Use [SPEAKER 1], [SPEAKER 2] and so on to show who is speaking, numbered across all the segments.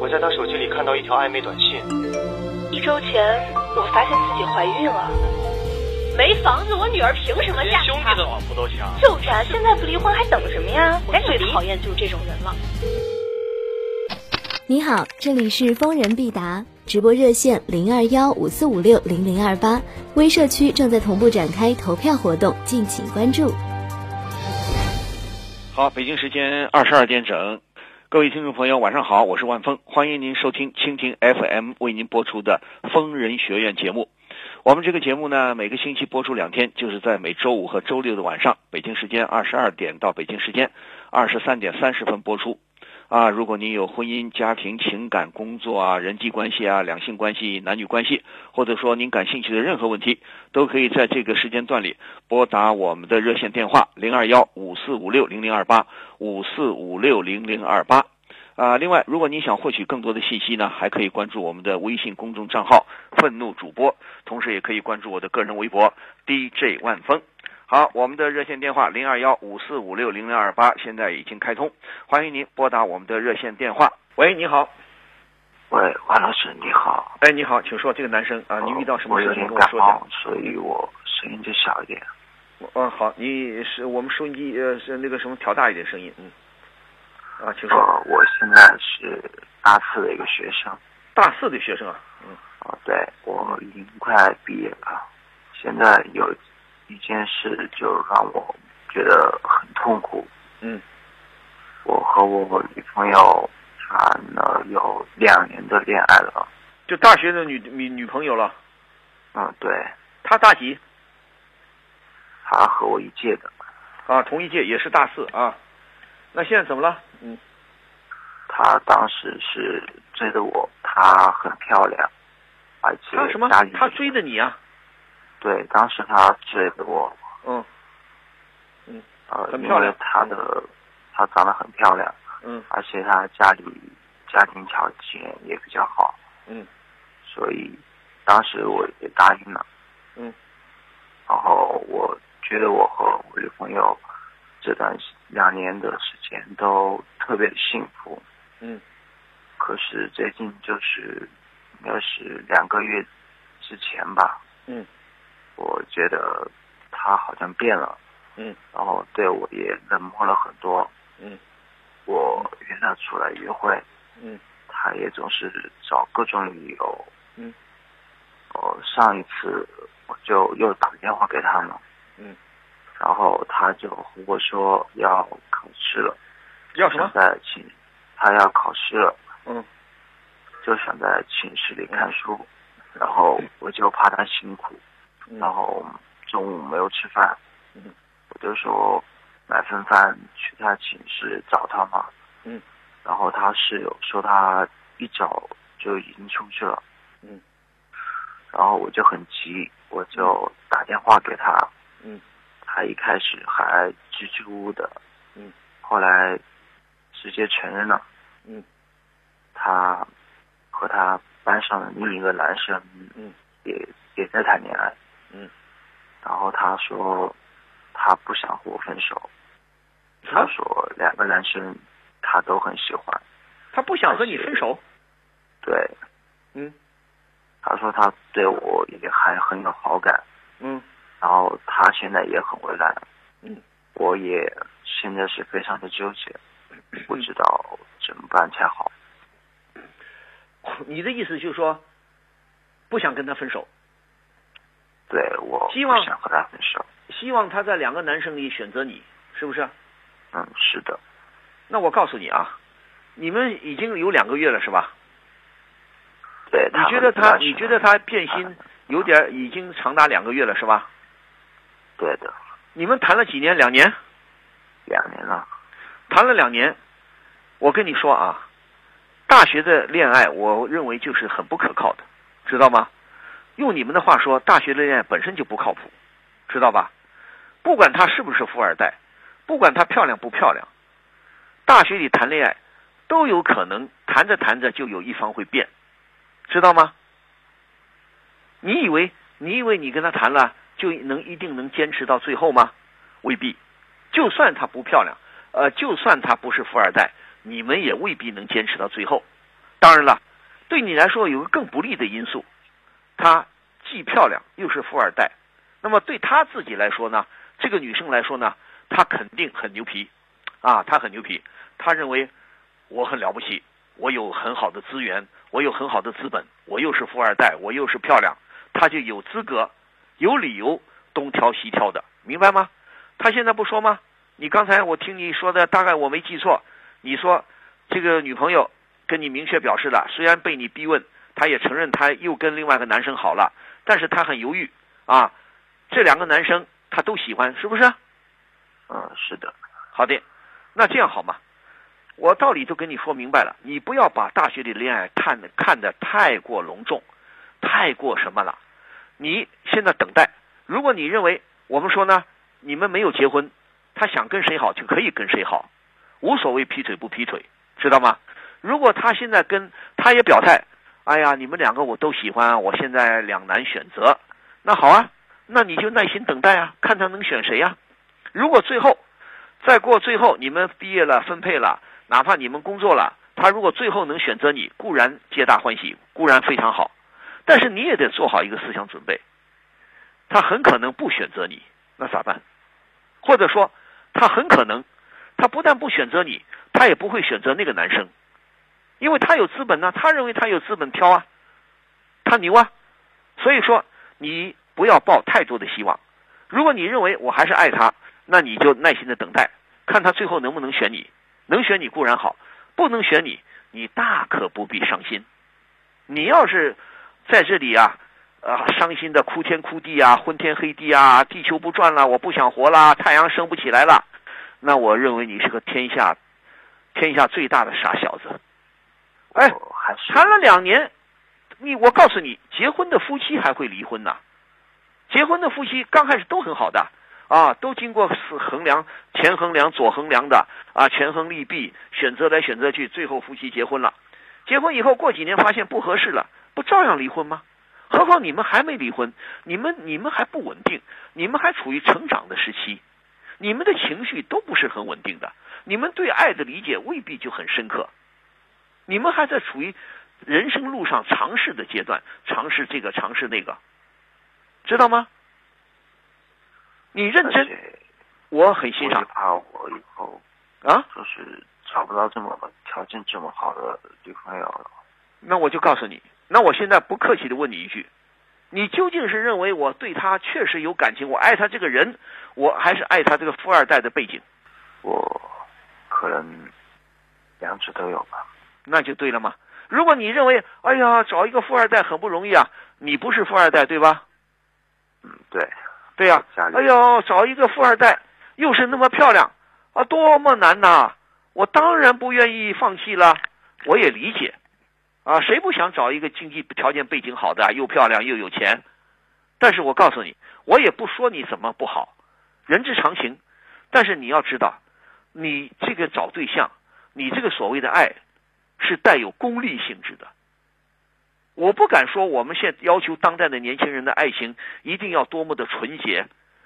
[SPEAKER 1] 我在她手机里看到一条暧昧短信。
[SPEAKER 2] 一周前，我发现自己怀孕了。没房子，我女儿凭什么
[SPEAKER 1] 连
[SPEAKER 2] 嫁给
[SPEAKER 1] 兄
[SPEAKER 2] 他
[SPEAKER 1] 弟？的老婆都抢。
[SPEAKER 2] 就是啊，现在不离婚还等什么呀？
[SPEAKER 3] 我
[SPEAKER 2] 哎，
[SPEAKER 3] 最
[SPEAKER 2] 最讨厌就是这种人了。
[SPEAKER 4] 你好，这里是疯人必答直播热线零二幺五四五六零零二八，微社区正在同步展开投票活动，敬请关注。
[SPEAKER 5] 好，北京时间二十二点整，各位听众朋友，晚上好，我是万峰，欢迎您收听蜻蜓 FM 为您播出的《疯人学院》节目。我们这个节目呢，每个星期播出两天，就是在每周五和周六的晚上，北京时间二十二点到北京时间二十三点三十分播出。啊，如果您有婚姻、家庭、情感、工作啊、人际关系啊、两性关系、男女关系，或者说您感兴趣的任何问题，都可以在这个时间段里拨打我们的热线电话零二幺五四五六零零二八五四五六零零二八。啊，另外，如果您想获取更多的信息呢，还可以关注我们的微信公众账号“愤怒主播”，同时也可以关注我的个人微博 DJ 万峰。好，我们的热线电话零二幺五四五六零零二八现在已经开通，欢迎您拨打我们的热线电话。喂，你好，
[SPEAKER 6] 喂，万老师你好。
[SPEAKER 5] 哎，你好，请说，这个男生啊，您遇到什么
[SPEAKER 6] 我
[SPEAKER 5] 事
[SPEAKER 6] 有
[SPEAKER 5] 情
[SPEAKER 6] 点
[SPEAKER 5] 跟我
[SPEAKER 6] 感
[SPEAKER 5] 说讲
[SPEAKER 6] 冒。，所以我声音就小一点。
[SPEAKER 5] 嗯，好，你是我们收音机呃是那个什么调大一点声音，嗯，啊，请说。
[SPEAKER 6] 呃，我现在是大四的一个学生，
[SPEAKER 5] 大四的学生啊，嗯，
[SPEAKER 6] 啊，对我已经快毕业了。现在有一件事就让我觉得很痛苦。
[SPEAKER 5] 嗯，
[SPEAKER 6] 我和我女朋友谈了有两年的恋爱了。
[SPEAKER 5] 就大学的女女女朋友了，
[SPEAKER 6] 嗯，对，
[SPEAKER 5] 她大几
[SPEAKER 6] 她和我一届的，
[SPEAKER 5] 啊？同一届也是大四啊。那现在怎么了？嗯，
[SPEAKER 6] 她当时是追的我，她很漂亮，而且
[SPEAKER 5] 她什么
[SPEAKER 6] 家里？
[SPEAKER 5] 她追的你啊？
[SPEAKER 6] 对，当时他追的我，
[SPEAKER 5] 嗯
[SPEAKER 6] 呃，
[SPEAKER 5] 很
[SPEAKER 6] 因
[SPEAKER 5] 漂亮
[SPEAKER 6] 为她的她长得很漂亮，
[SPEAKER 5] 嗯
[SPEAKER 6] 而且她家里家庭条件也比较好，
[SPEAKER 5] 嗯
[SPEAKER 6] 所以当时我也答应了。
[SPEAKER 5] 嗯。
[SPEAKER 6] 然后我觉得我和我女朋友这段时两年的时间都特别幸福，
[SPEAKER 5] 嗯
[SPEAKER 6] 可是最近就是应该是两个月之前吧，
[SPEAKER 5] 嗯，
[SPEAKER 6] 我觉得她好像变了。
[SPEAKER 5] 嗯
[SPEAKER 6] 然后对我也冷漠了很多。
[SPEAKER 5] 嗯，
[SPEAKER 6] 我约她出来约会，
[SPEAKER 5] 嗯
[SPEAKER 6] 她也总是找各种理由。
[SPEAKER 5] 嗯，
[SPEAKER 6] 哦，上一次我就又打电话给她了。
[SPEAKER 5] 嗯，
[SPEAKER 6] 然后她就和我说要考试了，
[SPEAKER 5] 要什
[SPEAKER 6] 想
[SPEAKER 5] 么？
[SPEAKER 6] 在寝，她要考试了，
[SPEAKER 5] 嗯
[SPEAKER 6] 就想在寝室里看书。然后我就怕她辛苦，
[SPEAKER 5] 嗯
[SPEAKER 6] 然后中午没有吃饭，
[SPEAKER 5] 嗯，
[SPEAKER 6] 我就说买份饭去他寝室找他嘛，
[SPEAKER 5] 嗯，
[SPEAKER 6] 然后他室友说他一早就已经出去了，
[SPEAKER 5] 嗯，
[SPEAKER 6] 然后我就很急，我就打电话给他，
[SPEAKER 5] 嗯，
[SPEAKER 6] 他一开始还支支吾吾的，
[SPEAKER 5] 嗯，
[SPEAKER 6] 后来直接承认了，
[SPEAKER 5] 嗯，
[SPEAKER 6] 他和他班上的另一个男生，
[SPEAKER 5] 嗯，
[SPEAKER 6] 也也在谈恋爱，
[SPEAKER 5] 嗯，
[SPEAKER 6] 然后他说他不想和我分手，
[SPEAKER 5] 什
[SPEAKER 6] 他
[SPEAKER 5] 么？
[SPEAKER 6] 说两个男生他都很喜欢，
[SPEAKER 5] 她不想和你分手？
[SPEAKER 6] 对，
[SPEAKER 5] 嗯
[SPEAKER 6] 他说他对我也还很有好感，
[SPEAKER 5] 嗯
[SPEAKER 6] 然后他现在也很为难，
[SPEAKER 5] 嗯，
[SPEAKER 6] 我也现在是非常的纠结，
[SPEAKER 5] 嗯
[SPEAKER 6] 不知道怎么办才好。
[SPEAKER 5] 你的意思就是说，不想跟他分手？
[SPEAKER 6] 对我
[SPEAKER 5] 希望
[SPEAKER 6] 不想和他分手，
[SPEAKER 5] 希望他在两个男生里选择你，是不是？
[SPEAKER 6] 嗯，是的，
[SPEAKER 5] 那我告诉你啊，你们已经有两个月了，是吧？
[SPEAKER 6] 对。
[SPEAKER 5] 你觉得
[SPEAKER 6] 他
[SPEAKER 5] 他，
[SPEAKER 6] 和
[SPEAKER 5] 你
[SPEAKER 6] 男
[SPEAKER 5] 觉
[SPEAKER 6] 生
[SPEAKER 5] 得他变心有点儿已经长达两个月了，是吧？
[SPEAKER 6] 对的，
[SPEAKER 5] 你们谈了几年？两年？
[SPEAKER 6] 两年了，
[SPEAKER 5] 谈了两年。我跟你说啊，大学的恋爱，我认为就是很不可靠的，知道吗？用你们的话说，大学的恋爱本身就不靠谱，知道吧？不管她是不是富二代，不管她漂亮不漂亮，大学里谈恋爱都有可能谈着谈着就有一方会变，知道吗？你以为你以为你跟她谈了就能一定能坚持到最后吗？未必，就算她不漂亮，呃，就算她不是富二代，你们也未必能坚持到最后，当然了，对你来说有个更不利的因素，她既漂亮又是富二代，那么对她自己来说呢，这个女生来说呢，她肯定很牛皮，啊，她很牛皮，她认为我很了不起，我有很好的资源，我有很好的资本，我又是富二代，我又是漂亮，她就有资格、有理由东挑西挑的，明白吗？她现在不说吗？你刚才我听你说的，大概我没记错，你说这个女朋友跟你明确表示了，虽然被你逼问，她也承认她又跟另外一个男生好了，但是她很犹豫啊，这两个男生她都喜欢，是不是？
[SPEAKER 6] 嗯，是的，
[SPEAKER 5] 好的，那这样好吗？我道理都跟你说明白了，你不要把大学里恋爱看得看得太过隆重，太过什么了。你现在等待，如果你认为我们说呢，你们没有结婚，他想跟谁好就可以跟谁好，无所谓劈腿不劈腿，知道吗？如果他现在跟他也表态，哎呀，你们两个我都喜欢，我现在两难选择，那好啊，那你就耐心等待啊，看他能选谁呀、如果最后再过最后你们毕业了分配了，哪怕你们工作了，他如果最后能选择你，固然皆大欢喜，固然非常好，但是你也得做好一个思想准备，他很可能不选择你，那咋办？或者说，他很可能，他不但不选择你，他也不会选择那个男生，因为他有资本呢、他认为他有资本挑啊，他牛啊，所以说你不要抱太多的希望。如果你认为我还是爱他，那你就耐心的等待，看他最后能不能选你。能选你固然好，不能选你，你大可不必伤心。你要是在这里啊，呃，伤心的哭天哭地啊，昏天黑地啊，地球不转了，我不想活啦，太阳升不起来了，那我认为你是个天下天下最大的傻小子。哎，
[SPEAKER 6] 我还是
[SPEAKER 5] 谈了两年，你我告诉你，结婚的夫妻还会离婚呢。结婚的夫妻刚开始都很好的啊，都经过是衡量、前衡量、左衡量的啊，权衡利弊，选择来选择去，最后夫妻结婚了。结婚以后过几年发现不合适了，不照样离婚吗？何况你们还没离婚，你们你们还不稳定，你们还处于成长的时期，你们的情绪都不是很稳定的，你们对爱的理解未必就很深刻。你们还在处于人生路上尝试的阶段，尝试这个，尝试那个，知道吗？你认
[SPEAKER 6] 而
[SPEAKER 5] 真，
[SPEAKER 6] 且
[SPEAKER 5] 我很
[SPEAKER 6] 我
[SPEAKER 5] 欣
[SPEAKER 6] 也
[SPEAKER 5] 赏
[SPEAKER 6] 怕我以后
[SPEAKER 5] 啊。
[SPEAKER 6] 就是找不到这么条件这么好的女朋友了。
[SPEAKER 5] 那我就告诉你，那我现在不客气的问你一句：你究竟是认为我对他确实有感情，我爱他这个人，我还是爱他这个富二代的背景？
[SPEAKER 6] 我可能两者都有吧。
[SPEAKER 5] 那就对了嘛。如果你认为，哎呀，找一个富二代很不容易啊，你不是富二代对吧？
[SPEAKER 6] 嗯，对，
[SPEAKER 5] 对呀、
[SPEAKER 6] 家里
[SPEAKER 5] 哎呦，找一个富二代，又是那么漂亮，啊，多么难呐、我当然不愿意放弃了，我也理解，啊，谁不想找一个经济条件背景好的，又漂亮又有钱？但是我告诉你，我也不说你怎么不好，人之常情。但是你要知道，你这个找对象，你这个所谓的爱，是带有功利性质的。我不敢说我们现在要求当代的年轻人的爱情一定要多么的纯洁，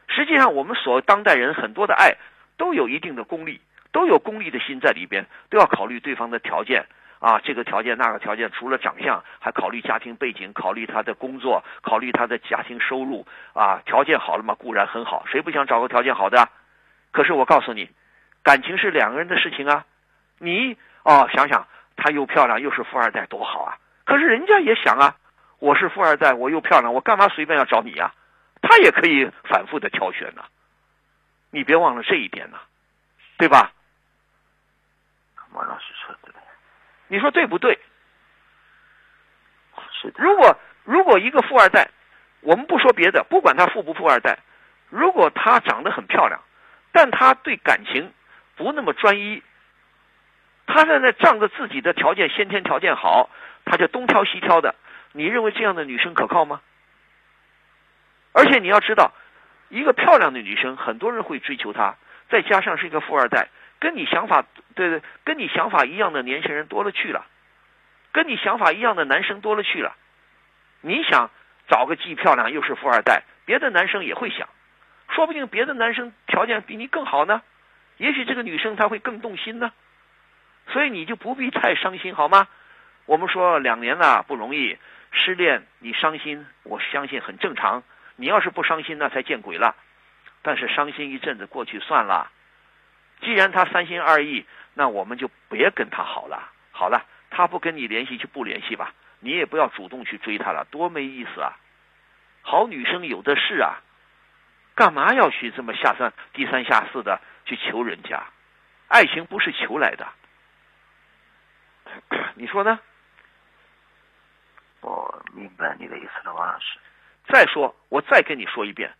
[SPEAKER 5] 实际上我们所当代人很多的爱都有一定的功利，都有功利的心在里边，都要考虑对方的条件啊，这个条件那个条件，除了长相，还考虑家庭背景，考虑他的工作，考虑他的家庭收入啊，条件好了嘛，固然很好，谁不想找个条件好的啊？可是我告诉你，感情是两个人的事情啊，你哦想想，她又漂亮又是富二代多好啊！可是人家也想啊，我是富二代，我又漂亮，我干嘛随便要找你啊？他也可以反复的挑选呐、你别忘了这一点呐、对吧？
[SPEAKER 6] 王老师说的
[SPEAKER 5] 你说对不对？
[SPEAKER 6] 是的，
[SPEAKER 5] 如果如果一个富二代，我们不说别的，不管他富不富二代，如果他长得很漂亮，但他对感情不那么专一，他在那仗着自己的条件先天条件好，他就东挑西挑的，你认为这样的女生可靠吗？而且你要知道，一个漂亮的女生，很多人会追求她，再加上是一个富二代，跟你想法对对，跟你想法一样的年轻人多了去了，跟你想法一样的男生多了去了。你想找个既漂亮又是富二代，别的男生也会想，说不定别的男生条件比你更好呢，也许这个女生她会更动心呢，所以你就不必太伤心好吗？我们说两年了不容易，失恋你伤心，我相信很正常。你要是不伤心，那才见鬼了。但是伤心一阵子过去算了。既然他三心二意，那我们就别跟他好了。好了，他不跟你联系就不联系吧，你也不要主动去追他了，多没意思啊！好女生有的是啊，干嘛要去这么下三低三下四的去求人家？爱情不是求来的， 你说呢？
[SPEAKER 6] 我明白你的意思了，王老师。
[SPEAKER 5] 再说，我再跟你说一遍，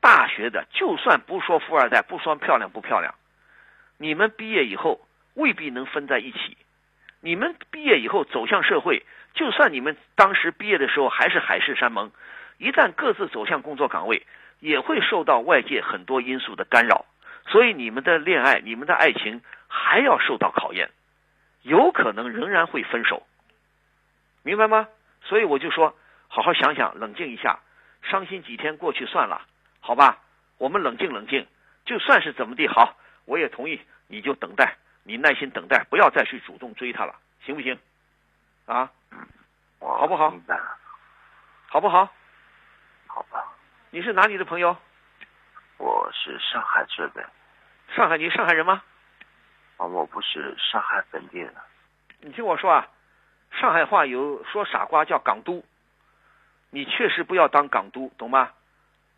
[SPEAKER 5] 大学的就算不说富二代，不说漂亮不漂亮，你们毕业以后未必能分在一起。你们毕业以后走向社会，就算你们当时毕业的时候还是海誓山盟，一旦各自走向工作岗位，也会受到外界很多因素的干扰，所以你们的恋爱、你们的爱情还要受到考验，有可能仍然会分手，明白吗？所以我就说，好好想想，冷静一下，伤心几天过去算了，好吧？我们冷静冷静，就算是怎么地好，我也同意，你就等待。你耐心等待，不要再去主动追他了，行不行？啊，
[SPEAKER 6] 我
[SPEAKER 5] 好不好
[SPEAKER 6] 明白了，
[SPEAKER 5] 好不好？
[SPEAKER 6] 好吧。
[SPEAKER 5] 你是哪里的朋友？
[SPEAKER 6] 我是上海这边，
[SPEAKER 5] 上海，你上海人吗？
[SPEAKER 6] 啊，我不是上海本地人，
[SPEAKER 5] 你听我说啊，上海话有说傻瓜叫港督，你确实不要当港督，懂吗？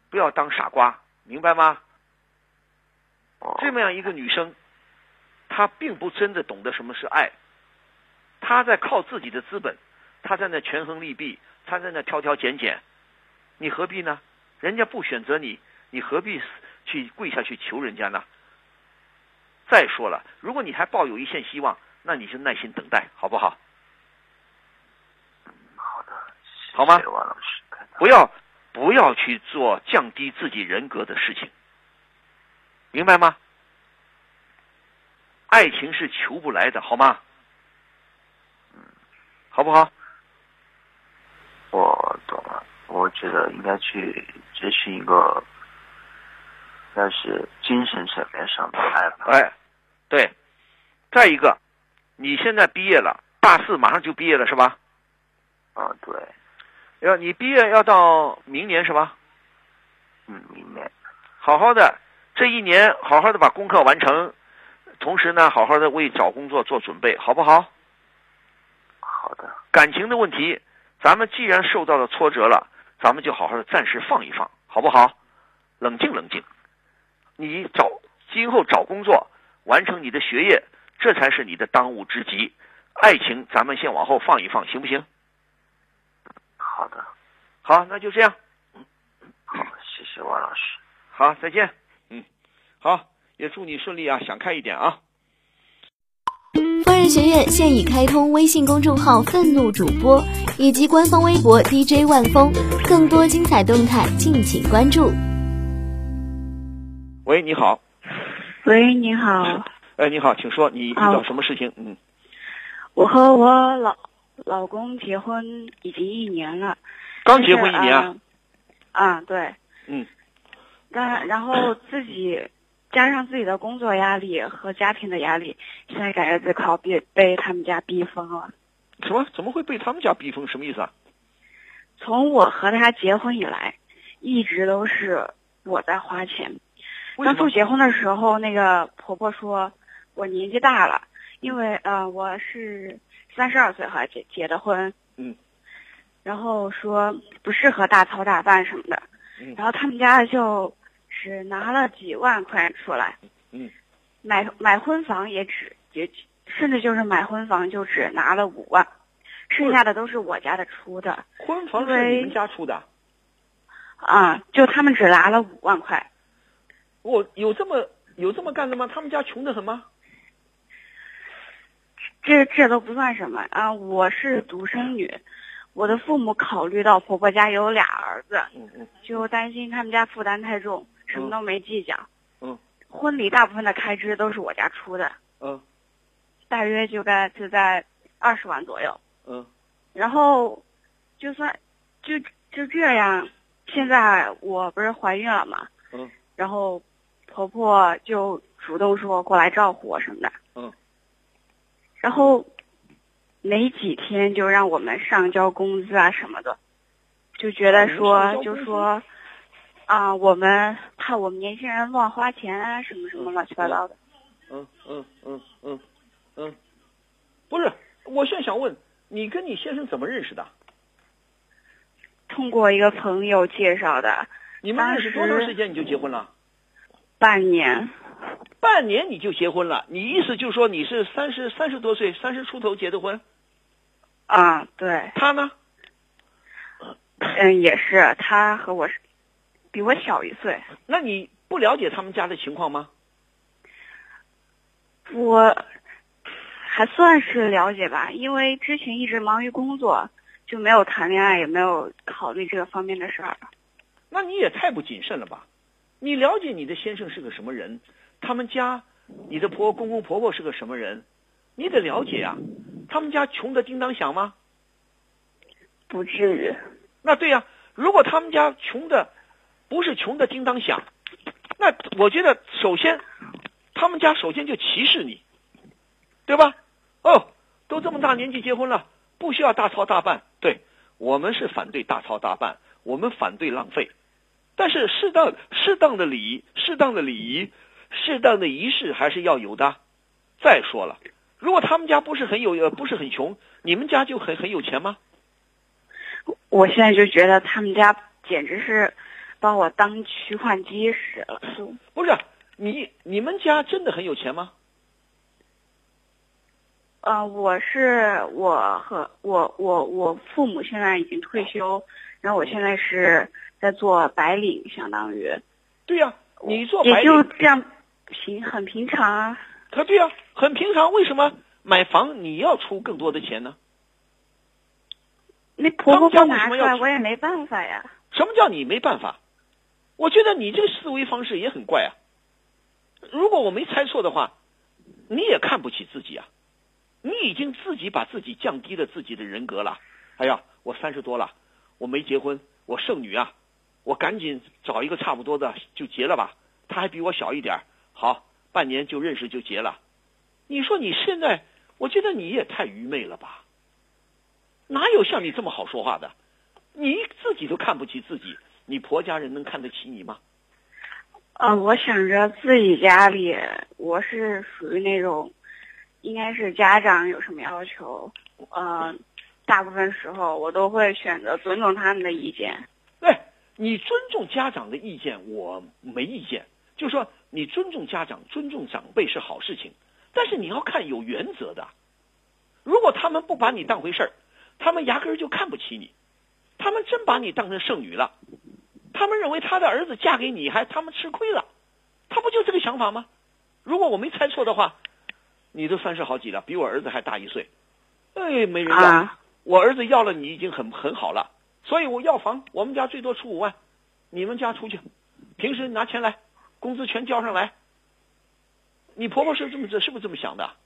[SPEAKER 5] 不要当傻瓜，明白吗？
[SPEAKER 6] 我
[SPEAKER 5] 这么样一个女生，她并不真的懂得什么是爱，她在靠自己的资本，她在那权衡利弊，她在那挑挑拣拣，你何必呢？人家不选择你，你何必去跪下去求人家呢？再说了，如果你还抱有一线希望，那你就耐心等待，好不好？
[SPEAKER 6] 好的，谢谢
[SPEAKER 5] 好吗
[SPEAKER 6] 王老师，看到
[SPEAKER 5] 不要不要去做降低自己人格的事情，明白吗？爱情是求不来的，好吗？好不好？
[SPEAKER 6] 我懂了，我觉得应该去咨询一个，但是精神层面上的爱吧。
[SPEAKER 5] 哎，对。再一个，你现在毕业了，大四马上就毕业了是吧？
[SPEAKER 6] 啊，对，
[SPEAKER 5] 要你毕业要到明年是吧？
[SPEAKER 6] 嗯，明白。
[SPEAKER 5] 好好的，这一年好好的把功课完成，同时呢，好好的为找工作做准备，好不好？
[SPEAKER 6] 好的，
[SPEAKER 5] 感情的问题，咱们既然受到了挫折了，咱们就好好的暂时放一放，好不好？冷静冷静。你找今后找工作，完成你的学业，这才是你的当务之急。爱情，咱们先往后放一放，行不行？
[SPEAKER 6] 好的，
[SPEAKER 5] 好，那就这样。
[SPEAKER 6] 好，谢谢王老师。
[SPEAKER 5] 好，再见。嗯，好，也祝你顺利啊，想开一点啊。
[SPEAKER 4] 疯人学院现已开通微信公众号“愤怒主播”以及官方微博 DJ 万峰，更多精彩动态敬请关注。
[SPEAKER 5] 喂，你好，
[SPEAKER 3] 喂，你好，
[SPEAKER 5] 哎，你好，请说，你遇到什么事情？嗯，
[SPEAKER 3] 我和我老老公结婚已经一年了，
[SPEAKER 5] 刚 结婚一年啊，
[SPEAKER 3] 啊，啊对，
[SPEAKER 5] 嗯，
[SPEAKER 3] 但然后自己加上自己的工作压力和家庭的压力，现在感觉自己快要被被他们家逼疯了。
[SPEAKER 5] 什么怎么会被他们家逼疯？什么意思啊？
[SPEAKER 3] 从我和他结婚以来，一直都是我在花钱，
[SPEAKER 5] 为什么
[SPEAKER 3] 当初？结婚的时候，那个婆婆说我年纪大了，因为呃我是三十二岁哈结结的婚，
[SPEAKER 5] 嗯，
[SPEAKER 3] 然后说不适合大操大办什么的，
[SPEAKER 5] 嗯
[SPEAKER 3] 然后他们家就是拿了几万块出来，
[SPEAKER 5] 嗯，
[SPEAKER 3] 买买婚房也只也甚至就是买婚房就只拿了五万，剩下的都是我家的出的
[SPEAKER 5] 婚房是你们家出的啊？
[SPEAKER 3] 啊、就他们只拿了五万块，
[SPEAKER 5] 我哦有这么有这么干的吗？他们家穷得很吗？
[SPEAKER 3] 这这都不算什么啊！我是独生女，我的父母考虑到婆婆家有俩儿子，
[SPEAKER 5] 嗯嗯，
[SPEAKER 3] 就担心他们家负担太重，什么都没计较。
[SPEAKER 5] 嗯，
[SPEAKER 3] 婚礼大部分的开支都是我家出的，
[SPEAKER 5] 嗯
[SPEAKER 3] 大约就该就在二十万左右。
[SPEAKER 5] 嗯，
[SPEAKER 3] 然后，就算就就这样，现在我不是怀孕了嘛，
[SPEAKER 5] 嗯，
[SPEAKER 3] 然后婆婆就主动说过来照顾我什么的，
[SPEAKER 5] 嗯，
[SPEAKER 3] 然后没几天就让我们上交工资啊什么的，就觉得
[SPEAKER 5] 上交
[SPEAKER 3] 说
[SPEAKER 5] 工
[SPEAKER 3] 就
[SPEAKER 5] 资
[SPEAKER 3] 说，啊、我们怕我们年轻人乱花钱啊什么什么乱七八糟的。
[SPEAKER 5] 嗯嗯嗯嗯嗯，不是，我现在想问你跟你先生怎么认识的？
[SPEAKER 3] 通过一个朋友介绍的，
[SPEAKER 5] 你们
[SPEAKER 3] 当
[SPEAKER 5] 认识多长
[SPEAKER 3] 时
[SPEAKER 5] 时间你就结婚了？
[SPEAKER 3] 半年
[SPEAKER 5] 半年你就结婚了？你意思就是说你是三十三十多岁，三十出头结的婚？
[SPEAKER 3] 啊、对，
[SPEAKER 5] 他呢？
[SPEAKER 3] 嗯，也是，他和我是比我小一岁，
[SPEAKER 5] 那你不了解他们家的情况吗？
[SPEAKER 3] 我还算是了解吧，因为之前一直忙于工作，就没有谈恋爱，也没有考虑这个方面的事儿。
[SPEAKER 5] 那你也太不谨慎了吧？你了解你的先生是个什么人，他们家，你的婆公公婆婆是个什么人，你得了解啊。他们家穷得叮当响吗？
[SPEAKER 3] 不至于，
[SPEAKER 5] 那对呀、如果他们家穷的不是穷的叮当响，那我觉得首先他们家首先就歧视你，对吧？哦，都这么大年纪结婚了，不需要大操大办。对我们是反对大操大办，我们反对浪费，但是适当适当的礼仪、适当的礼仪、适当的仪式还是要有的。再说了，如果他们家不是很有呃不是很穷，你们家就很很有钱吗？
[SPEAKER 3] 我现在就觉得他们家简直是把我当取款机使了，就
[SPEAKER 5] 不是你你们家真的很有钱吗？
[SPEAKER 3] 呃，我是我和我我我父母现在已经退休，然后我现在是在做白领，相当于
[SPEAKER 5] 对呀、你做白
[SPEAKER 3] 也就
[SPEAKER 5] 领，
[SPEAKER 3] 这样平很平常啊。
[SPEAKER 5] 他对呀、很平常。为什么买房你要出更多的钱呢？
[SPEAKER 3] 那婆婆
[SPEAKER 5] 他
[SPEAKER 3] 不
[SPEAKER 5] 们家为什
[SPEAKER 3] 拿
[SPEAKER 5] 么
[SPEAKER 3] 出
[SPEAKER 5] 要啊
[SPEAKER 3] 来，我也没办法呀。
[SPEAKER 5] 什么叫你没办法？我觉得你这个思维方式也很怪啊。如果我没猜错的话，你也看不起自己啊，你已经自己把自己降低了自己的人格了。哎呀，我三十多了，我没结婚，我剩女啊，我赶紧找一个差不多的就结了吧。他还比我小一点儿，好，半年就认识就结了。你说你现在，我觉得你也太愚昧了吧？哪有像你这么好说话的？你自己都看不起自己，你婆家人能看得起你吗？
[SPEAKER 3] 呃，我想着自己家里，我是属于那种，应该是家长有什么要求，呃，大部分时候我都会选择尊重他们的意见。
[SPEAKER 5] 哎，你尊重家长的意见，我没意见。就说你尊重家长、尊重长辈是好事情，但是你要看有原则的。如果他们不把你当回事儿，他们压根儿就看不起你，他们真把你当成剩女了，他们认为他的儿子嫁给你还他们吃亏了，他不就这个想法吗？如果我没猜错的话，你都三十好几了，比我儿子还大一岁，哎，没人要。
[SPEAKER 3] 啊
[SPEAKER 5] 我儿子要了你已经很很好了，所以我要房，我们家最多出五万，你们家出去，平时拿钱来，工资全交上来。你婆婆是这么这是不是这么想的？啊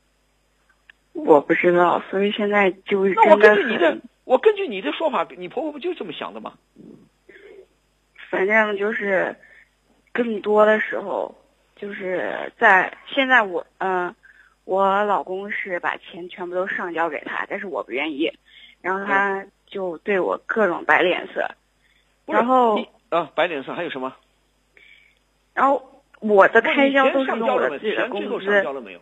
[SPEAKER 3] 我不知道，所以现在就
[SPEAKER 5] 那我
[SPEAKER 3] 真
[SPEAKER 5] 根据你
[SPEAKER 3] 的
[SPEAKER 5] 的
[SPEAKER 3] 很，，
[SPEAKER 5] 我根据你的说法，你婆婆不就这么想的吗？
[SPEAKER 3] 反正就是，更多的时候就是在现在我，嗯、呃，我老公是把钱全部都上交给他，但是我不愿意，然后
[SPEAKER 5] 嗯
[SPEAKER 3] 他就对我各种摆脸色。
[SPEAKER 5] 不是
[SPEAKER 3] 然后
[SPEAKER 5] 你啊，白脸上还有什么？
[SPEAKER 3] 然后我的
[SPEAKER 5] 不是
[SPEAKER 3] 开
[SPEAKER 5] 你
[SPEAKER 3] 销
[SPEAKER 5] 钱
[SPEAKER 3] 都是
[SPEAKER 5] 上
[SPEAKER 3] 用
[SPEAKER 5] 交
[SPEAKER 3] 我
[SPEAKER 5] 了
[SPEAKER 3] 的
[SPEAKER 5] 没？
[SPEAKER 3] 自己的
[SPEAKER 5] 钱
[SPEAKER 3] 工
[SPEAKER 5] 最后上交
[SPEAKER 3] 资，
[SPEAKER 5] 了没有？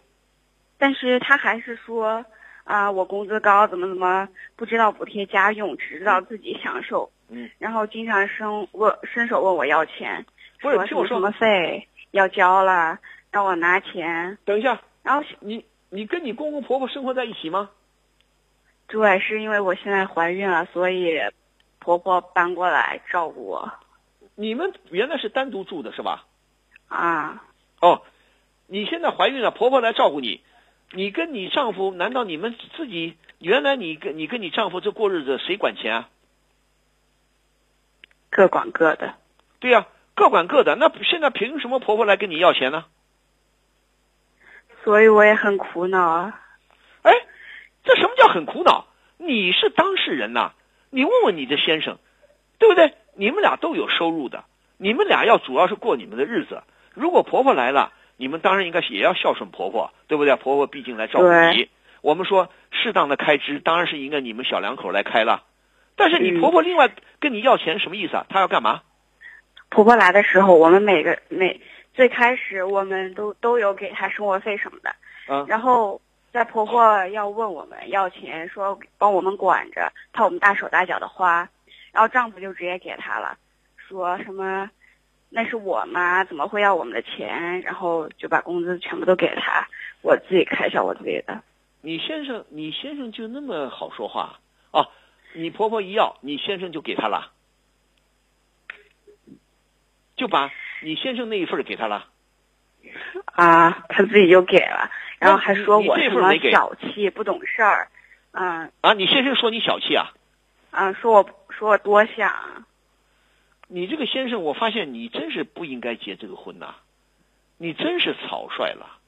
[SPEAKER 3] 但是他还是说啊、我工资高，怎么怎么不知道补贴家用，只知道自己享受。
[SPEAKER 5] 嗯，
[SPEAKER 3] 然后经常伸问伸手问我要钱，
[SPEAKER 5] 不是
[SPEAKER 3] 说
[SPEAKER 5] 听我
[SPEAKER 3] 什
[SPEAKER 5] 说
[SPEAKER 3] 么什么费要交了，让我拿钱。
[SPEAKER 5] 等一下，
[SPEAKER 3] 然后
[SPEAKER 5] 你你跟你公公婆婆生活在一起吗？
[SPEAKER 3] 对，是因为我现在怀孕了，所以婆婆搬过来照顾我
[SPEAKER 5] 你们原来是单独住的是吧？
[SPEAKER 3] 啊。
[SPEAKER 5] 哦，你现在怀孕了，婆婆来照顾你，你跟你丈夫，难道你们自己原来你跟你跟你丈夫这过日子谁管钱啊？
[SPEAKER 3] 各管各的，
[SPEAKER 5] 对呀、各管各的。那现在凭什么婆婆来跟你要钱呢？
[SPEAKER 3] 所以我也很苦恼啊。
[SPEAKER 5] 哎，这什么叫很苦恼？你是当事人呐、你问问你的先生，对不对？你们俩都有收入的，你们俩要主要是过你们的日子。如果婆婆来了，你们当然应该也要孝顺婆婆，对不对？婆婆毕竟来照顾
[SPEAKER 3] 对
[SPEAKER 5] 你。我们说适当的开支当然是应该你们小两口来开了，但是你
[SPEAKER 3] 嗯
[SPEAKER 5] 婆婆另外跟你要钱什么意思啊？她要干嘛？
[SPEAKER 3] 婆婆来的时候，我们每个每最开始我们都都有给她生活费什么的，
[SPEAKER 5] 嗯
[SPEAKER 3] 然后在婆婆要问我们要钱，说帮我们管着，怕我们大手大脚的花，然后丈夫就直接给她了，说什么那是我妈，怎么会要我们的钱？然后就把工资全部都给她，我自己开销我自己的。
[SPEAKER 5] 你先生，你先生就那么好说话啊？你婆婆一要，你先生就给她了，就把你先生那一份儿给她了。
[SPEAKER 3] 啊，他自己就给了，然后还说
[SPEAKER 5] 那你
[SPEAKER 3] 我
[SPEAKER 5] 你这
[SPEAKER 3] 什
[SPEAKER 5] 份儿
[SPEAKER 3] 么
[SPEAKER 5] 没给
[SPEAKER 3] 小气不懂事儿，嗯
[SPEAKER 5] 啊，你先生说你小气啊？
[SPEAKER 3] 嗯，说我说我多想，
[SPEAKER 5] 你这个先生，我发现你真是不应该结这个婚呐、你真是草率了。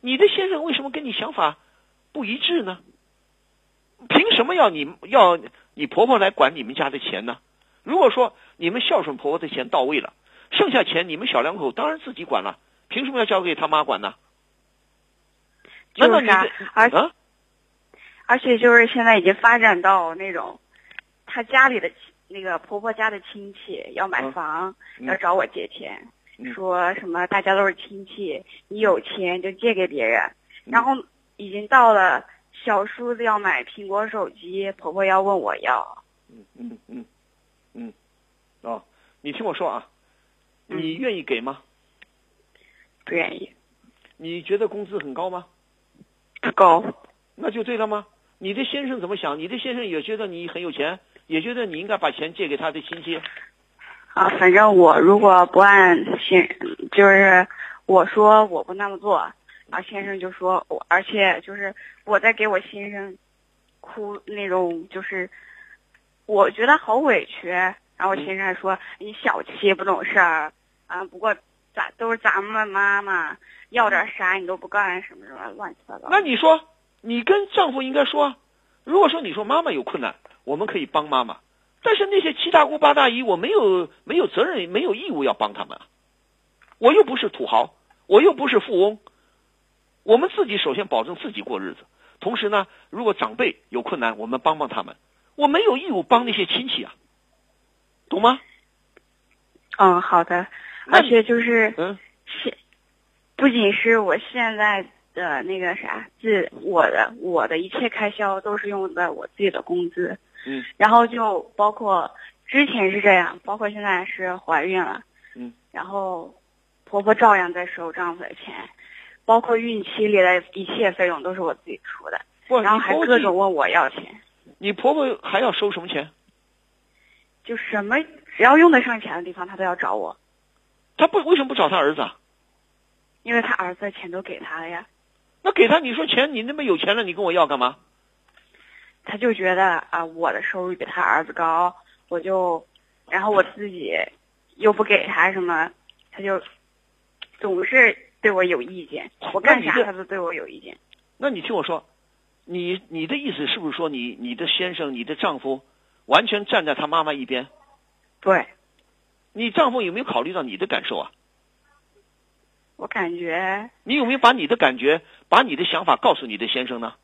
[SPEAKER 5] 你的先生为什么跟你想法不一致呢？凭什么要你要你婆婆来管你们家的钱呢？如果说你们孝顺婆婆的钱到位了，剩下钱你们小两口当然自己管了，凭什么要交给他妈管呢？难道
[SPEAKER 3] 就
[SPEAKER 5] 你
[SPEAKER 3] 是啊
[SPEAKER 5] 这，
[SPEAKER 3] 而
[SPEAKER 5] 啊？
[SPEAKER 3] 而且就是现在已经发展到那种，他家里的亲那个婆婆家的亲戚要买
[SPEAKER 5] 嗯
[SPEAKER 3] 房，
[SPEAKER 5] 嗯
[SPEAKER 3] 要找我借钱，
[SPEAKER 5] 嗯
[SPEAKER 3] 说什么大家都是亲戚，你有钱就借给别人，
[SPEAKER 5] 嗯
[SPEAKER 3] 然后已经到了小叔子要买苹果手机，婆婆要问我要，
[SPEAKER 5] 嗯嗯嗯嗯，哦，你听我说啊，
[SPEAKER 3] 嗯
[SPEAKER 5] 你愿意给吗？
[SPEAKER 3] 不愿意，
[SPEAKER 5] 你觉得工资很高吗？
[SPEAKER 3] 不够，
[SPEAKER 5] 那就对了吗？你的先生怎么想？你的先生也觉得你很有钱，也觉得你应该把钱借给他的亲戚。
[SPEAKER 3] 啊，反正我如果不按先，就是我说我不那么做，然后先生就说我，而且就是我在给我先生哭那种，就是我觉得好委屈。然后我先生还说、你小气不懂事儿啊，不过咱都是咱们妈妈，要点啥你都不干，什么什么乱七八糟。
[SPEAKER 5] 那你说，你跟丈夫应该说啊，如果说你说妈妈有困难，我们可以帮妈妈，但是那些七大姑八大姨，我没有没有责任，没有义务要帮他们啊。我又不是土豪，我又不是富翁，我们自己首先保证自己过日子，同时呢，如果长辈有困难，我们帮帮他们，我没有义务帮那些亲戚啊，懂吗？
[SPEAKER 3] 嗯，好的，
[SPEAKER 5] 那
[SPEAKER 3] 而
[SPEAKER 5] 你
[SPEAKER 3] 且就是
[SPEAKER 5] 嗯。
[SPEAKER 3] 现不仅是我现在的那个啥，自我的我的一切开销都是用的我自己的工资，
[SPEAKER 5] 嗯，
[SPEAKER 3] 然后就包括之前是这样，包括现在是怀孕了，
[SPEAKER 5] 嗯，
[SPEAKER 3] 然后婆婆照样在收丈夫的钱，包括孕期里的一切费用都是我自己出的，
[SPEAKER 5] 不，
[SPEAKER 3] 然后
[SPEAKER 5] 你
[SPEAKER 3] 还
[SPEAKER 5] 婆婆
[SPEAKER 3] 各
[SPEAKER 5] 自己
[SPEAKER 3] 种问我要钱，
[SPEAKER 5] 你婆婆还要收什么钱？
[SPEAKER 3] 就什么只要用得上钱的地方，她都要找我，
[SPEAKER 5] 她不为什么不找她儿子啊？
[SPEAKER 3] 因为她儿子的钱都给她了呀。
[SPEAKER 5] 那给她你说钱，你那么有钱了，你跟我要干嘛？
[SPEAKER 3] 他就觉得啊、我的收入比他儿子高，我就，然后我自己又不给他什么，他就总是对我有意见，我干啥
[SPEAKER 5] 哦那你这
[SPEAKER 3] 他都对我有意见。
[SPEAKER 5] 那你听我说，你你的意思是不是说你你的先生、你的丈夫完全站在他妈妈一边？
[SPEAKER 3] 对
[SPEAKER 5] 你丈夫有没有考虑到你的感受啊？
[SPEAKER 3] 我感觉，
[SPEAKER 5] 你有没有把你的感觉、把你的想法告诉你的先生呢？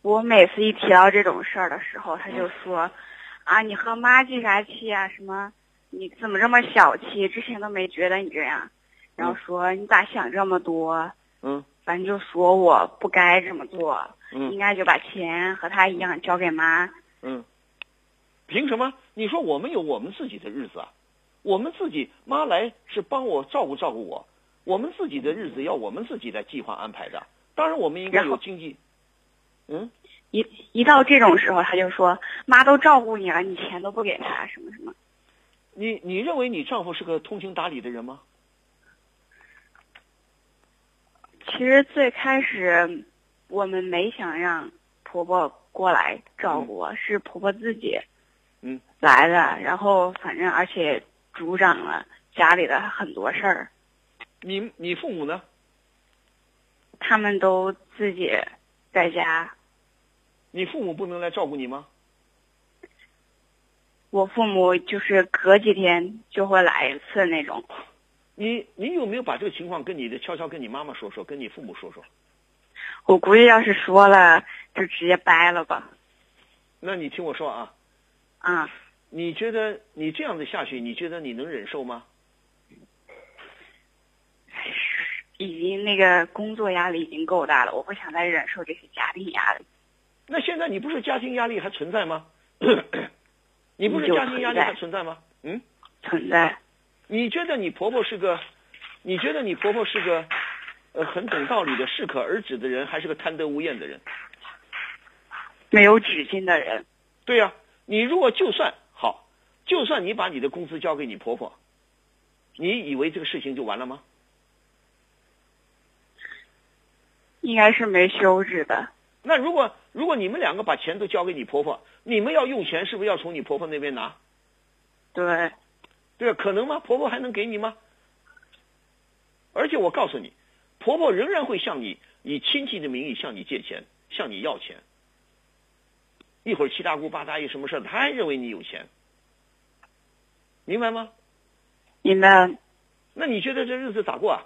[SPEAKER 3] 我每次一提到这种事儿的时候，他
[SPEAKER 5] 嗯
[SPEAKER 3] 就说，啊，你和妈气啥气啊？什么？你怎么这么小气？之前都没觉得你这样。然后说你咋想这么多？
[SPEAKER 5] 嗯
[SPEAKER 3] 反正就说我不该这么做，应
[SPEAKER 5] 嗯
[SPEAKER 3] 该就把钱和他一样交给妈。
[SPEAKER 5] 嗯，凭什么？你说我们有我们自己的日子啊，我们自己妈来是帮我照顾照顾我，我们自己的日子要我们自己来计划安排的。当然，我们应该
[SPEAKER 3] 然后
[SPEAKER 5] 有经济，嗯。
[SPEAKER 3] 一一到这种时候，他就说：“妈都照顾你了，你钱都不给他，什么什么。
[SPEAKER 5] 你你认为你丈夫是个通情达理的人吗？”
[SPEAKER 3] 其实最开始我们没想让婆婆过来照顾我，是婆婆自己
[SPEAKER 5] 嗯
[SPEAKER 3] 来的。然后反正而且主掌了家里的很多事儿，
[SPEAKER 5] 你你父母呢？
[SPEAKER 3] 他们都自己在家。
[SPEAKER 5] 你父母不能来照顾你吗？
[SPEAKER 3] 我父母就是隔几天就会来一次那种。
[SPEAKER 5] 你你有没有把这个情况跟你的悄悄跟你妈妈说说，跟你父母说说？
[SPEAKER 3] 我估计要是说了，就直接掰了吧。
[SPEAKER 5] 那你听我说啊，
[SPEAKER 3] 啊、
[SPEAKER 5] 你觉得你这样子下去，你觉得你能忍受吗？
[SPEAKER 3] 以及那个工作压力已经够大了，我不想再忍受这些家庭压力。
[SPEAKER 5] 那现在你不是家庭压力还存在吗？你不是
[SPEAKER 3] 有
[SPEAKER 5] 家庭压力
[SPEAKER 3] 存在
[SPEAKER 5] 还存在吗？嗯，
[SPEAKER 3] 存在，
[SPEAKER 5] 你觉得你婆婆是个，你觉得你婆婆是个，呃，很懂道理的适可而止的人，还是个贪得无厌的人？
[SPEAKER 3] 没有止境的人，
[SPEAKER 5] 对呀、你如果就算好，就算你把你的工资交给你婆婆，你以为这个事情就完了吗？
[SPEAKER 3] 应该是没羞耻的。
[SPEAKER 5] 那如果如果你们两个把钱都交给你婆婆，你们要用钱是不是要从你婆婆那边拿？
[SPEAKER 3] 对，
[SPEAKER 5] 对吧？可能吗？婆婆还能给你吗？而且我告诉你，婆婆仍然会向你以亲戚的名义向你借钱，向你要钱。一会儿七大姑八大姨什么事儿，她还认为你有钱，明白吗？
[SPEAKER 3] 你们
[SPEAKER 5] 那你觉得这日子咋过啊？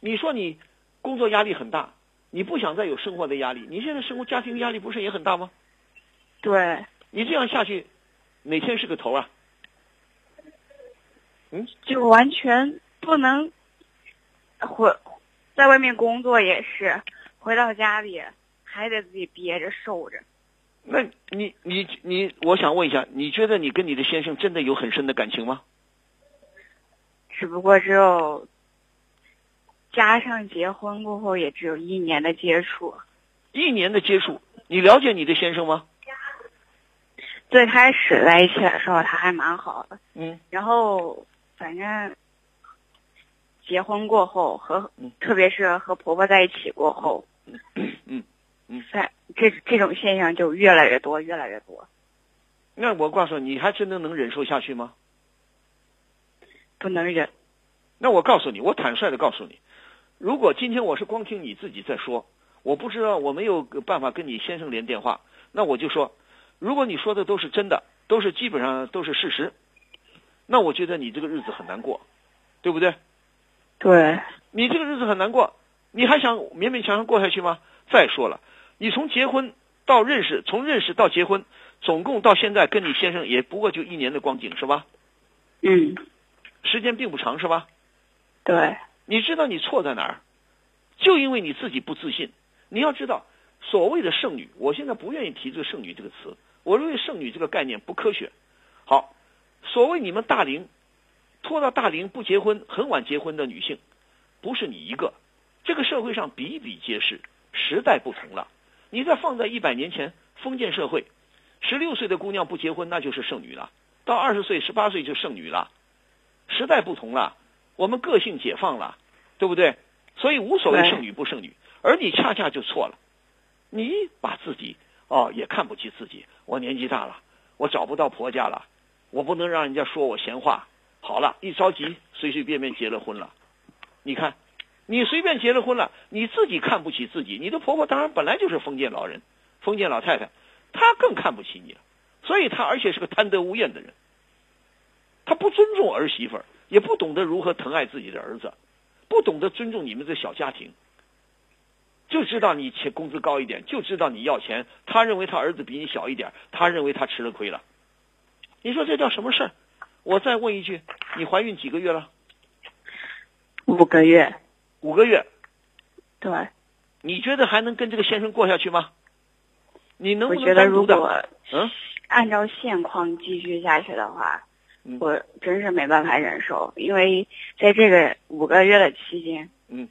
[SPEAKER 5] 你说你工作压力很大，你不想再有生活的压力，你现在生活家庭压力不是也很大吗？
[SPEAKER 3] 对，
[SPEAKER 5] 你这样下去，哪天是个头啊？
[SPEAKER 3] 就完全不能回，在外面工作也是，回到家里还得自己憋着受着。
[SPEAKER 5] 那你你你，我想问一下，你觉得你跟你的先生真的有很深的感情吗？
[SPEAKER 3] 只不过只有加上结婚过后也只有一年的接触。
[SPEAKER 5] 一年的接触，你了解你的先生吗？
[SPEAKER 3] 最开始在一起的时候他还蛮好的，
[SPEAKER 5] 嗯，
[SPEAKER 3] 然后反正结婚过后和
[SPEAKER 5] 嗯
[SPEAKER 3] 特别是和婆婆在一起过后，
[SPEAKER 5] 嗯嗯，
[SPEAKER 3] 反这这种现象就越来越多，越来越多，
[SPEAKER 5] 那我告诉你，你还真的能忍受下去吗？
[SPEAKER 3] 不能忍。
[SPEAKER 5] 那我告诉你，我坦率的告诉你，如果今天我是光听你自己在说，我不知道我没有办法跟你先生连电话，那我就说，如果你说的都是真的，都是基本上都是事实，那我觉得你这个日子很难过，对不对？
[SPEAKER 3] 对，
[SPEAKER 5] 你这个日子很难过，你还想勉勉强强过下去吗？再说了，你从结婚到认识，从认识到结婚，总共到现在跟你先生也不过就一年的光景是吧？
[SPEAKER 3] 嗯，
[SPEAKER 5] 时间并不长是吧？
[SPEAKER 3] 对，
[SPEAKER 5] 你知道你错在哪儿，就因为你自己不自信。你要知道，所谓的剩女，我现在不愿意提这个剩女这个词，我认为剩女这个概念不科学。好，所谓你们大龄，拖到大龄不结婚、很晚结婚的女性，不是你一个，这个社会上比比皆是，时代不同了。你再放在一百年前，封建社会，十六岁的姑娘不结婚那就是剩女了，到二十岁、十八岁就剩女了，时代不同了，我们个性解放了，对不对？所以无所谓
[SPEAKER 3] 对
[SPEAKER 5] 剩女不剩女，而你恰恰就错了，你把自己哦也看不起自己，我年纪大了，我找不到婆家了，我不能让人家说我闲话。好了，一着急，随随便便结了婚了。你看，你随便结了婚了，你自己看不起自己，你的婆婆当然本来就是封建老人、封建老太太，她更看不起你了，所以她而且是个贪得无厌的人，她不尊重儿媳妇儿，也不懂得如何疼爱自己的儿子，不懂得尊重你们这小家庭，就知道你钱工资高一点，就知道你要钱，她认为她儿子比你小一点，她认为她吃了亏了，你说这叫什么事儿？我再问一句，你怀孕几个月了？
[SPEAKER 3] 五个月，
[SPEAKER 5] 五个月，
[SPEAKER 3] 对，
[SPEAKER 5] 你觉得还能跟这个先生过下去吗？你能
[SPEAKER 3] 我
[SPEAKER 5] 不
[SPEAKER 3] 觉
[SPEAKER 5] 能
[SPEAKER 3] 得
[SPEAKER 5] 单
[SPEAKER 3] 如
[SPEAKER 5] 独的？
[SPEAKER 3] 果
[SPEAKER 5] 嗯，
[SPEAKER 3] 按照现况继续下去的话
[SPEAKER 5] 嗯，
[SPEAKER 3] 我真是没办法忍受，因为在这个五个月的期间，
[SPEAKER 5] 嗯，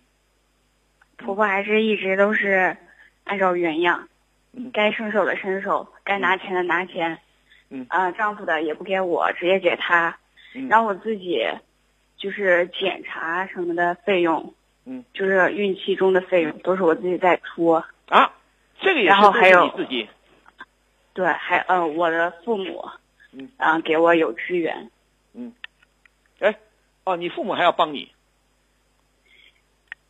[SPEAKER 3] 婆婆还是一直都是按照原样，
[SPEAKER 5] 嗯
[SPEAKER 3] 该伸手的伸手，该拿钱的拿钱，
[SPEAKER 5] 嗯
[SPEAKER 3] 啊、丈夫的也不给我，直接给他，
[SPEAKER 5] 嗯
[SPEAKER 3] 然后我自己就是检查什么的费用，
[SPEAKER 5] 嗯，
[SPEAKER 3] 就是孕期中的费用都是我自己在出，
[SPEAKER 5] 啊，这个也
[SPEAKER 3] 然
[SPEAKER 5] 是
[SPEAKER 3] 后
[SPEAKER 5] 都
[SPEAKER 3] 还
[SPEAKER 5] 是
[SPEAKER 3] 有
[SPEAKER 5] 你自己，
[SPEAKER 3] 对，还呃，我的父母，
[SPEAKER 5] 嗯
[SPEAKER 3] 啊、给我有支援，
[SPEAKER 5] 哎，哦，你父母还要帮你，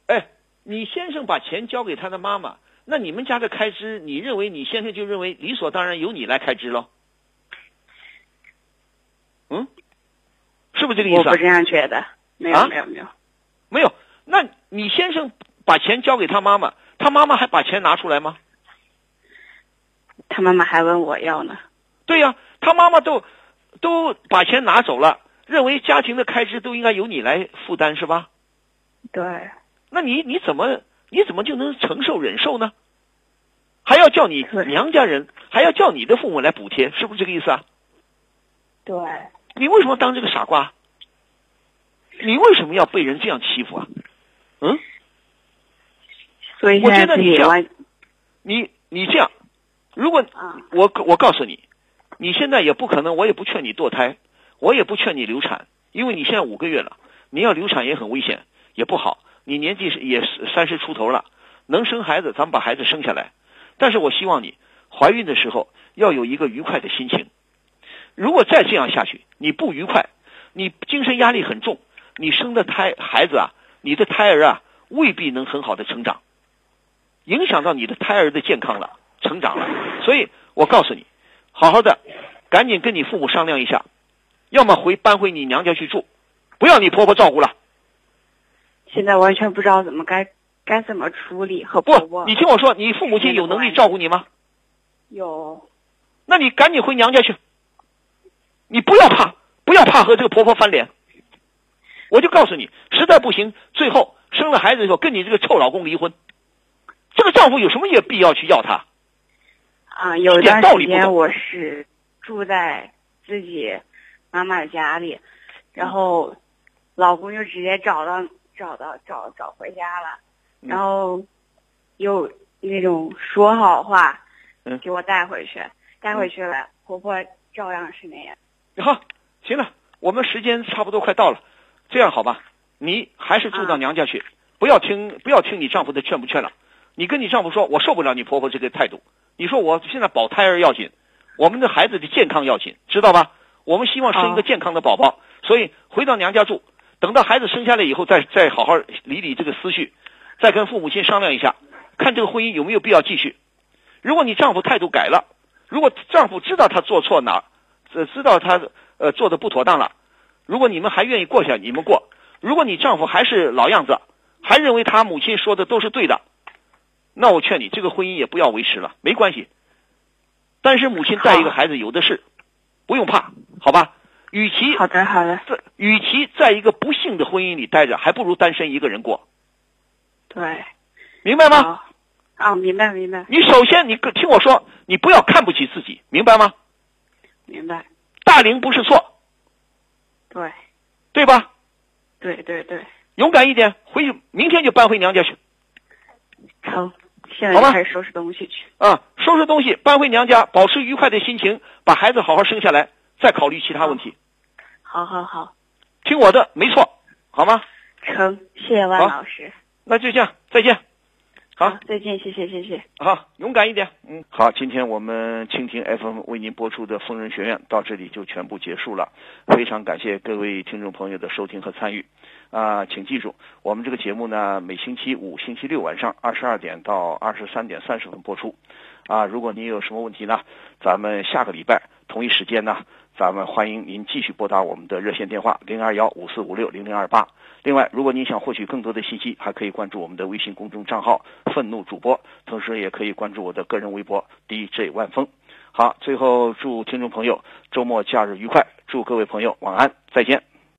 [SPEAKER 5] 哎，你先生把钱交给他的妈妈，那你们家的开支，你认为你先生就认为理所当然由你来开支喽？嗯，是不是这个意
[SPEAKER 3] 我
[SPEAKER 5] 思、
[SPEAKER 3] 不
[SPEAKER 5] 啊
[SPEAKER 3] 这？样觉得，没有、
[SPEAKER 5] 啊
[SPEAKER 3] 没有没有，
[SPEAKER 5] 没有，那你先生把钱交给他妈妈，他妈妈还把钱拿出来吗？
[SPEAKER 3] 他妈妈还问我要呢。
[SPEAKER 5] 对呀、他妈妈都都把钱拿走了，认为家庭的开支都应该由你来负担是吧？
[SPEAKER 3] 对，
[SPEAKER 5] 那你你怎么你怎么就能承受忍受呢？还要叫你
[SPEAKER 3] 是
[SPEAKER 5] 娘家人，还要叫你的父母来补贴，是不是这个意思啊？
[SPEAKER 3] 对，
[SPEAKER 5] 你为什么当这个傻瓜？你为什么要被人这样欺负啊？嗯，
[SPEAKER 3] 所以
[SPEAKER 5] 我
[SPEAKER 3] 现
[SPEAKER 5] 觉
[SPEAKER 3] 在
[SPEAKER 5] 得
[SPEAKER 3] 自
[SPEAKER 5] 你
[SPEAKER 3] 己
[SPEAKER 5] 这样
[SPEAKER 3] 完
[SPEAKER 5] 你你这样，如果
[SPEAKER 3] 啊，
[SPEAKER 5] 我我告诉你，你现在也不可能，我也不劝你堕胎，我也不劝你流产，因为你现在五个月了，你要流产也很危险，也不好。你年纪是也是三十出头了，能生孩子，咱们把孩子生下来。但是我希望你怀孕的时候要有一个愉快的心情。如果再这样下去，你不愉快，你精神压力很重，你生的胎孩子啊，你的胎儿啊，未必能很好的成长，影响到你的胎儿的健康了，成长了。所以我告诉你，好好的，赶紧跟你父母商量一下，要么回搬回你娘家去住，不要你婆婆照顾了。
[SPEAKER 3] 现在完全不知道怎么该该怎么处理和把
[SPEAKER 5] 不
[SPEAKER 3] 握，。
[SPEAKER 5] 你听我说，你父母亲有能力照顾你吗？
[SPEAKER 3] 有
[SPEAKER 5] 那你赶紧回娘家去，你不要怕，不要怕和这个婆婆翻脸。我就告诉你，实在不行，最后生了孩子以后跟你这个臭老公离婚，这个丈夫有什么也必要去要她？
[SPEAKER 3] 啊，有一
[SPEAKER 5] 一点
[SPEAKER 3] 段
[SPEAKER 5] 道
[SPEAKER 3] 时
[SPEAKER 5] 理不懂
[SPEAKER 3] 间我是住在自己妈妈的家里，
[SPEAKER 5] 嗯
[SPEAKER 3] 然后老公就直接找到找到找找回家了，
[SPEAKER 5] 嗯
[SPEAKER 3] 然后又那种说好话
[SPEAKER 5] 嗯，
[SPEAKER 3] 给我带回去，带回去了，婆婆照样是那样。
[SPEAKER 5] 好，行了，我们时间差不多快到了，这样好吧？你还是住到娘家去，不要听不要听你丈夫的劝不劝了。你跟你丈夫说，我受不了你婆婆这个态度。你说我现在保胎儿要紧，我们的孩子的健康要紧，知道吧？我们希望生一个
[SPEAKER 3] 好
[SPEAKER 5] 健康的宝宝，所以回到娘家住，等到孩子生下来以后再，再好好理理这个思绪，再跟父母亲商量一下，看这个婚姻有没有必要继续。如果你丈夫态度改了，如果丈夫知道他做错哪儿，呃，知道他呃做的不妥当了，如果你们还愿意过下，你们过；如果你丈夫还是老样子，还认为他母亲说的都是对的，那我劝你，这个婚姻也不要维持了，没关系。单身母亲带一个孩子有的是，不用怕，好吧？与其
[SPEAKER 3] 好的，好的，
[SPEAKER 5] 在与其在一个不幸的婚姻里待着，还不如单身一个人过，
[SPEAKER 3] 对，
[SPEAKER 5] 明白吗？
[SPEAKER 3] 好啊，明白，明白，
[SPEAKER 5] 你首先你跟听我说，你不要看不起自己，明白吗？
[SPEAKER 3] 明白，
[SPEAKER 5] 大龄不是错，
[SPEAKER 3] 对，
[SPEAKER 5] 对吧？
[SPEAKER 3] 对，对，对，
[SPEAKER 5] 勇敢一点，回去明天就搬回娘家去
[SPEAKER 3] 成，现在
[SPEAKER 5] 好吧
[SPEAKER 3] 就开始收拾东西去。
[SPEAKER 5] 啊！收拾东西，搬回娘家，保持愉快的心情，把孩子好好生下来，再考虑其他问题。
[SPEAKER 3] 好好好，
[SPEAKER 5] 听我的，没错，好吗？
[SPEAKER 3] 成，谢谢万
[SPEAKER 5] 好
[SPEAKER 3] 老师。
[SPEAKER 5] 那就这样，再见。好，
[SPEAKER 3] 再见，谢谢，谢谢。
[SPEAKER 5] 好，勇敢一点。嗯，好，今天我们蜻蜓 FM 为您播出的《疯人学院》到这里就全部结束了，非常感谢各位听众朋友的收听和参与。啊、请记住，我们这个节目呢，每星期五、星期六晚上二十二点到二十三点三十分播出。啊，如果您有什么问题呢，咱们下个礼拜同一时间呢，咱们欢迎您继续拨打我们的热线电话零二幺五四五六零零二八。另外，如果您想获取更多的信息，还可以关注我们的微信公众账号“愤怒主播”，同时也可以关注我的个人微博 “DJ 万峰”。好，最后祝听众朋友周末假日愉快，祝各位朋友晚安，再见。